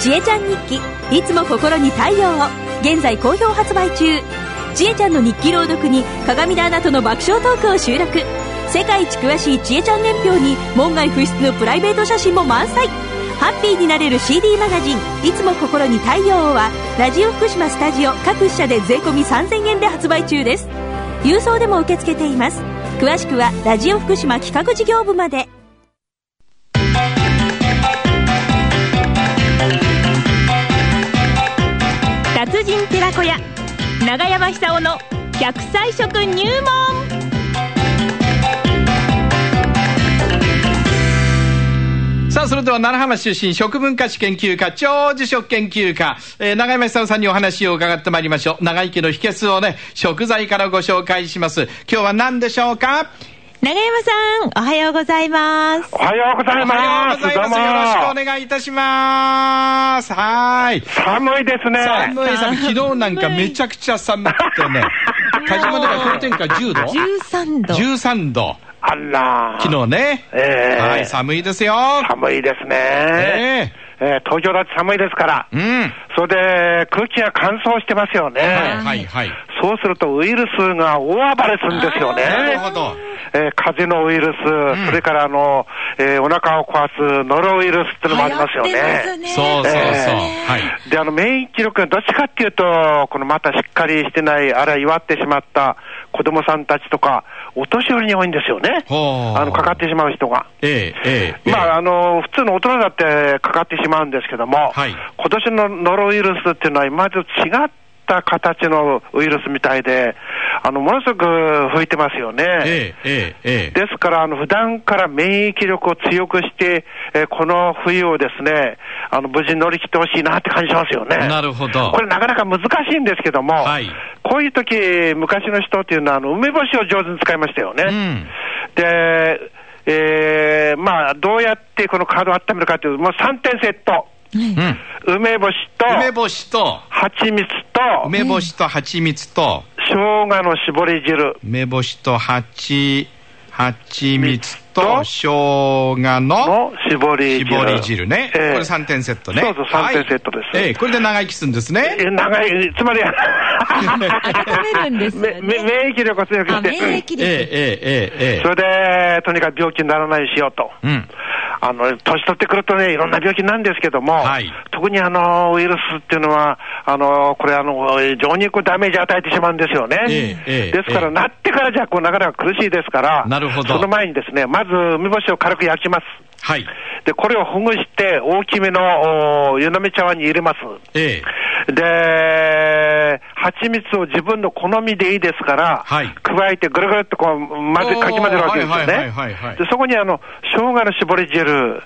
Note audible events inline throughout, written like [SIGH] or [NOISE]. ちえちゃん日記いつも心に太陽を現在好評発売中ちえちゃんの日記朗読に鏡田アナとの爆笑トークを収録世界一詳しいちえちゃん年表に門外不出のプライベート写真も満載ハッピーになれる CD マガジン「いつも心に太陽を」はラジオ福島スタジオ各社で税込3000円で発売中です郵送でも受け付けています詳しくはラジオ福島企画事業部まで達人寺子屋長山久夫の百歳食入門さあ、それでは奈良浜市出身、食文化史研究家、長寿食研究家、えー、長山久夫さんにお話を伺ってまいりましょう。長生きの秘訣をね、食材からご紹介します。今日は何でしょうか長山さん、おはようございます。おはようございます。おはようございます。よろしくお願いいたします。はい。寒いですね。寒い寒い。昨日なんかめちゃくちゃ寒くて [LAUGHS] ね。鹿島では氷点下10度 ?13 度。 13度。あら昨日ね、えー、はい、寒いですよ。寒いですね。えー、えー、東京だって寒いですから、うん、それで空気が乾燥してますよね、はい、はい、そうするとウイルスが大暴れするんですよね。なるほど。えー、風邪のウイルス、うん、それからあの、えー、お腹を壊すノロウイルスってのもありますよね。ねそうそうそう。えー、はい、で、あの、免疫力がどっちかっていうと、このまたしっかりしてない、あるいは弱ってしまった子供さんたちとか、お年寄りに多いんですよね。あの、かかってしまう人が。えー、えー、まあ、あの、普通の大人だってかかってしまうんですけども、はい、今年のノロウイルスっていうのは今までと違って、た形のウイルスみたいで、あのものすごく吹いてますよね。ええええ、ですから、あの普段から免疫力を強くして、えー、この冬をですね、あの無事乗り切ってほしいなって感じしますよね。なるほど。これ、なかなか難しいんですけども、はい、こういう時昔の人っていうのはあの、梅干しを上手に使いましたよね。うん、で、えー、まあ、どうやってこのカードを温めるかというと、もう3点セット。、うん梅干しと、梅干しと、蜂蜜と、梅干しと蜂蜜と、生姜の絞り汁。梅干しと蜂、蜂蜜と、生姜の、絞り汁。絞り汁ね。えー、これ3点セットね。そうそう、3点セットです。はい、えー、これで長生きするんですね。長い、つ [LAUGHS] まり、温めるんですね。免疫力を強くして。免疫力。ええー、えー、えー、えー、それで、とにかく病気にならないようにしようと。うんあの、年取ってくるとね、いろんな病気なんですけども、はい、特にあの、ウイルスっていうのは、あの、これあの、非常にこうダメージ与えてしまうんですよね。えー、ですから、えー、なってからじゃ、こう、なかなか苦しいですから、なるほど。その前にですね、まず、梅干しを軽く焼きます。はい。で、これをほぐして、大きめの、湯飲み茶碗に入れます。ええー。で、蜂蜜を自分の好みでいいですから、はい、加えてぐるぐるっとこう混ぜ、かき混ぜるわけですよね。はいはいはいはい、でそこにあの、生姜の絞り汁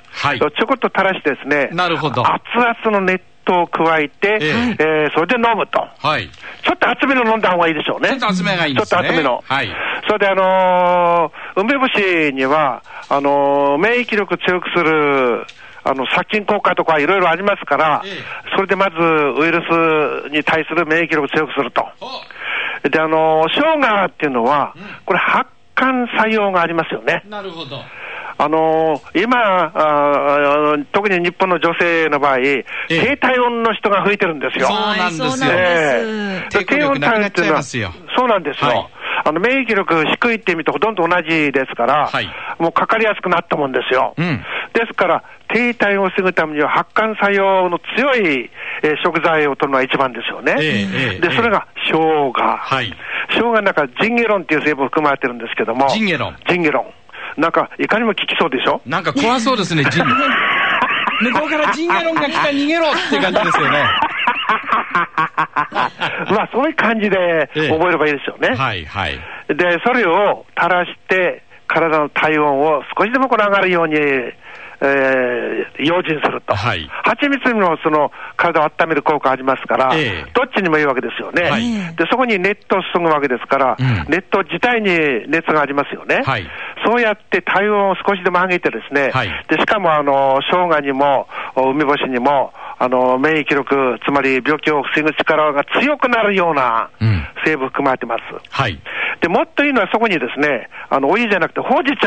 をちょこっと垂らしてですね、はい、なるほど。熱々の熱湯を加えて、えー、えー、それで飲むと。はい。ちょっと厚めの飲んだ方がいいでしょうね。ちょっと厚めがいいですね。ちょっと厚めの。はい。それであのー、梅干しには、あのー、免疫力強くする、あの、殺菌効果とかいろいろありますから、それでまずウイルスに対する免疫力を強くすると。で、あの、生姜っていうのは、これ発汗作用がありますよね。なるほど。あの今あ、特に日本の女性の場合、ええ、低体温の人が吹いてるんですよ。そうなんですよ。えー、低温体っていうのは、そうなんですよ。はいあの免疫力低いって意味とほとんど同じですから、はい、もうかかりやすくなったもんですよ。うん、ですから、低体を防ぐためには発汗作用の強い、えー、食材を取るのが一番ですよね。えー、で、それが生姜。はい、生姜の中、ジンゲロンっていう成分含まれてるんですけども。ジンゲロン。ジンゲロン。なんか、いかにも効きそうでし [LAUGHS] ょなんか怖そうですね、 [LAUGHS] ジンゲロン。向こうからジンゲロンが来た逃げろって感じですよ [LAUGHS] ね。まあ、そういう感じで覚えればいいですよね。ええ、はいはい。で、それを垂らして、体の体温を少しでもこの上がるように、えー、用心すると。はい。蜂蜜にもその体を温める効果ありますから、え、どっちにもいいわけですよね。はい、で、そこに熱湯を注ぐわけですから、うん、熱湯自体に熱がありますよね。はい。そうやって体温を少しでも上げてですね、はい、でしかもあの生姜にも梅干しにもあの免疫力、つまり病気を防ぐ力が強くなるような成分含まれてます。はい、で、もっといいのはそこにですね、あの、お湯じゃなくて、ほうじ茶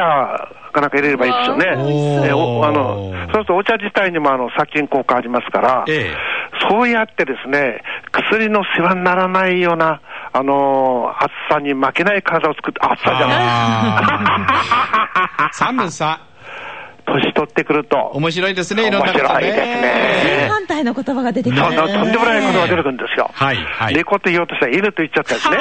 かなんか入れればいいですよね。おーえおあの、そうするとお茶自体にもあの、殺菌効果ありますから、ええそうやってですね、薬の世話にならないような、あのー暑さに負けない体を作って、暑さじゃない。あー寒さ、年取ってくると。面白いですね、いろんなこと面白いですね正反対の言葉が出てきそたんなとんでもないことが出てくるんですよ。はいはい猫と言おうとしたら犬と言っちゃったですね。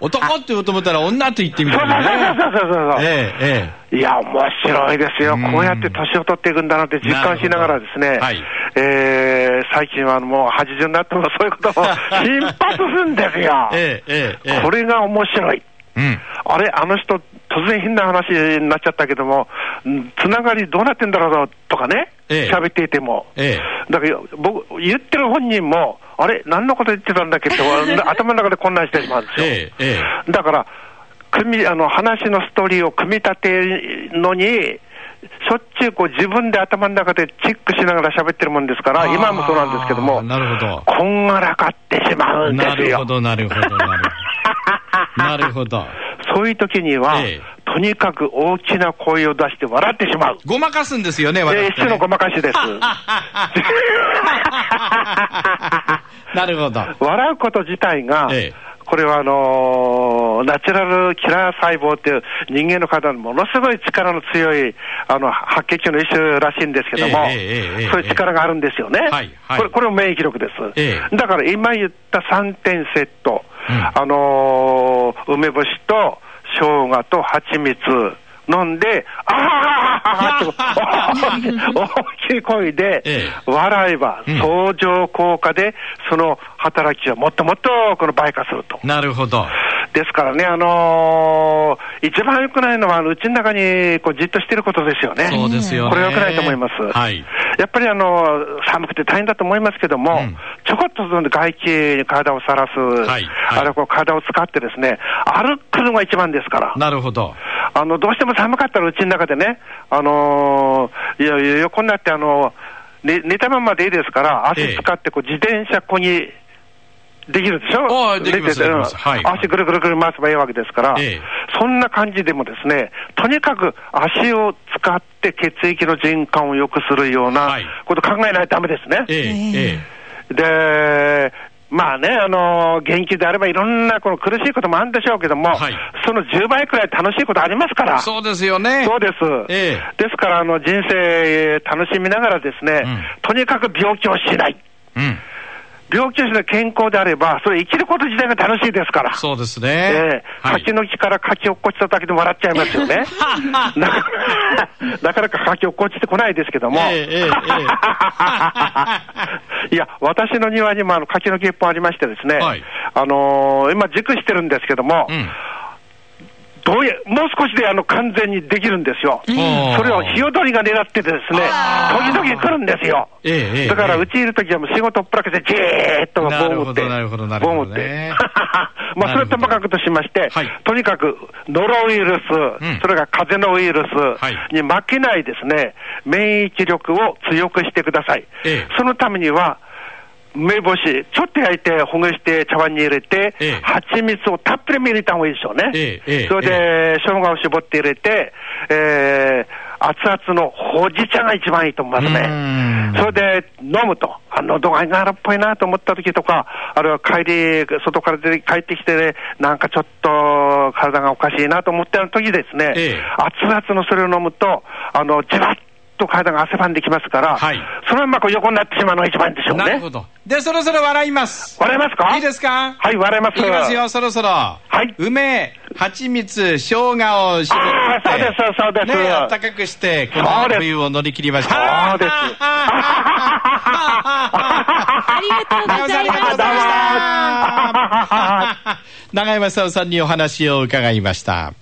男って言おうと思ったら女と言ってみそたうりね。[LAUGHS] そうそうそうそうそう。ええ、えいや、面白いですよ、こうやって年を取っていくんだなって実感しながらですね、なるほどはいえー最近はもう80になってもそういうことを頻発するんですよ [LAUGHS] え、。ええ、ええ、ええこれが面白い。うん。あれ、あの人、突然変な話になっちゃったけども、んつながりどうなってんだろうとかね、ええ喋っていても。ええだから僕、言ってる本人も、あれ、何のこと言ってたんだっけって、 [LAUGHS] 頭の中で混乱してしまうんですよ。ええ、えだから、組みあの話のストーリーを組み立てるのに、しょっちゅうこう自分で頭の中でチェックしながら喋ってるもんですから、あー今もそうなんですけども、なるほどこんがらかってしまうえ。んでなするほよ。ど、なるほど、なるほ [LAUGHS] ど。なるほど。そういう時には、えとにかく大きな声を出して笑ってしまう。ごまかすんですよね、え私、ーね。一種のごまかしです。 [LAUGHS] なるほど。笑うこと自体が、ええこれはあのーナチュラルキラー細胞っていう人間の体のものすごい力の強いあの白血球の一種らしいんですけども、ええええええそういう力があるんですよね、はいはいこれこれも免疫力です、ええだから今言った3点セット、うんあのー梅干しと生姜と蜂蜜飲んで、 [LAUGHS] あはははははって大きい声で、ええ笑えばうん相乗効果で、その働きはもっともっとこの倍化すると。なるほど。ですからね、あのー一番良くないのは、あのうちの中にこうじっとしてることですよね。そうですよねこれ良くないと思います。はいやっぱりあのー寒くて大変だと思いますけども、うんちょこっとその外気に体をさらす、はいはいあれこう体を使ってですね、歩くのが一番ですから。なるほど。あの、どうしても寒かったらうちの中でね、あのーいやいや横になって、あの寝、寝たままでいいですから、ええ足使ってこう自転車ここに、できるでしあょあできますで寝ててきますうんはい足ぐるぐるぐる回せばいいわけですから、ええそんな感じでもですね、とにかく足を使って血液の循環を良くするようなはいこと考えないとダメですね。ええ、ええ。で、まあね、あの元気であればいろんなこの苦しいこともあるんでしょうけども、はいその10倍くらい楽しいことありますから。そうですよね。 [LAUGHS] そうです。えですから、あの、人生楽しみながらですね、うんとにかく病気をしない。うん。病気をしない健康であれば、それ生きること自体が楽しいですから。そうですえねえ。柿の木から柿落っこちただけで笑っちゃいま [LAUGHS] すよね。なかなかな [LAUGHS] か柿落っこちてこないですけども。えええええ [LAUGHS] いや、私の庭にもあの柿の木一本ありましてですね、はいあのー今熟してるんですけども、うん。どうや、もう少しであの完全にできるんですよ。おーそれをヒヨドリが狙っててですね、時々来るんですよ。ええええだから、うちいるときはもう仕事をっぽらけて、じーっとこなうる思ほって。どなるほどなるほどこう思って [LAUGHS] ね。まあ、それともかくとしまして、はいとにかく、ノロウイルス、うんそれが風邪のウイルはいスに負けないですね、免疫力を強くしてください。ええそのためには、梅干し、ちょっと焼いて、ほぐして、茶碗に入れて、ええ蜂蜜をたっぷりめに入れた方がいいでしょうね。ええええそれで、生姜を絞って入れて、えー熱々のほうじ茶が一番いいと思いまうすーんね。それで飲むと、あ喉がガラっぽいなと思った時とか、あるいは帰り、外から出て帰ってきて、ね、なんかちょっと体がおかしいなと思ってる時ですね、ええ熱々のそれを飲むと、あのじわっと体が汗ばんできますから、はいそのまんまこう横になってしまうのが一番でしょうなるねほ。ど。で、そろそろ笑います。笑いますかいいですかはい、笑います。いきますよ、そろそろ。はい梅、蜂蜜、生姜を絞って。あーそうですそうですね、あったかくして、こそうのです冬を乗り切りました。そうです [LAUGHS] ありがとうございまどうもしたありがとうございました長山さんさんにお話を伺いました。